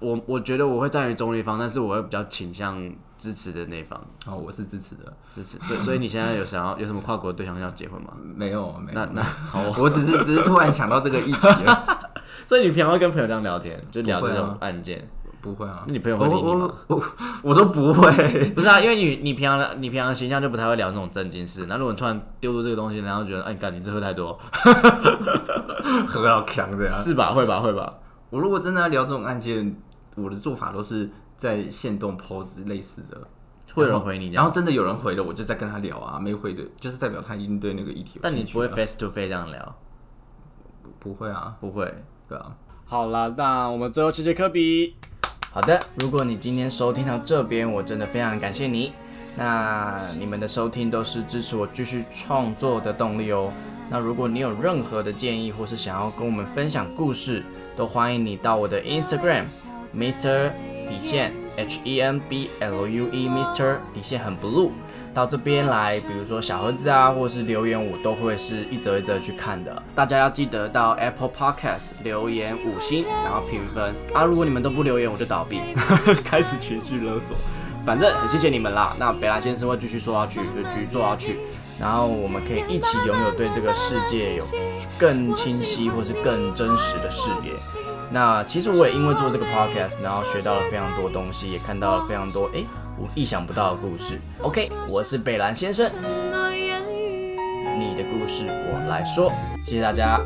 E: 我我觉得我会站于中立方，但是我会比较倾向支持的那一方
B: 哦，我是支持的，
E: 支持。所以所以你现在有想要有什么跨国对象要结婚吗？
B: 没有没有，
E: 那那好哦，
B: 我只是只是突然想到这个议题而
E: 所以你平常会跟朋友这样聊天，就聊
B: 不会
E: 这
B: 啊
E: 种案件。
B: 已， 不会啊，
E: 那你朋友会理你吗
B: 我我 我我说不会，
E: 不是啊，因为你你平常你平常的形象就不太会聊那种正经事，那如果你突然丢出这个东西，然后觉得哎，干你这喝太多，
B: 何老强这样。
E: 是吧？会吧？会吧？
B: 我如果真的要聊这种案件，我的做法都是在线动 PO 之类似的，
E: 会有人回你，
B: 然后真的有人回了，我就再跟他聊啊，没回的，就是代表他一定对那个议题有
E: 但你
B: 兴趣
E: 不会
B: 啊
E: face to face 这样聊，
B: 不会啊，
E: 不会。
B: 对啊，
E: 好啦，那我们最后谢谢科比。
A: 好的，如果你今天收听到这边，我真的非常感谢你。那你们的收听都是支持我继续创作的动力哦。那如果你有任何的建议，或是想要跟我们分享故事，都欢迎你到我的 Instagram Mr 底线 H E N B L U E Mr 底线很 blue 到这边来，比如说小盒子啊，或是留言，我都会是一则一则去看的。大家要记得到 Apple Podcast 留言五星，然后评分啊。如果你们都不留言，我就倒闭， 开始情绪勒索。反正很谢谢你们啦。那北兰先生会继续说下去，就继续做下去，然后我们可以一起拥有对这个世界有更清晰或是更真实的视野。那其实我也因为做这个 podcast，然后学到了非常多东西，也看到了非常多诶我意想不到的故事。OK，我是北兰先生，
D: 冷落言语。
A: 你的故事我来说，谢谢大家，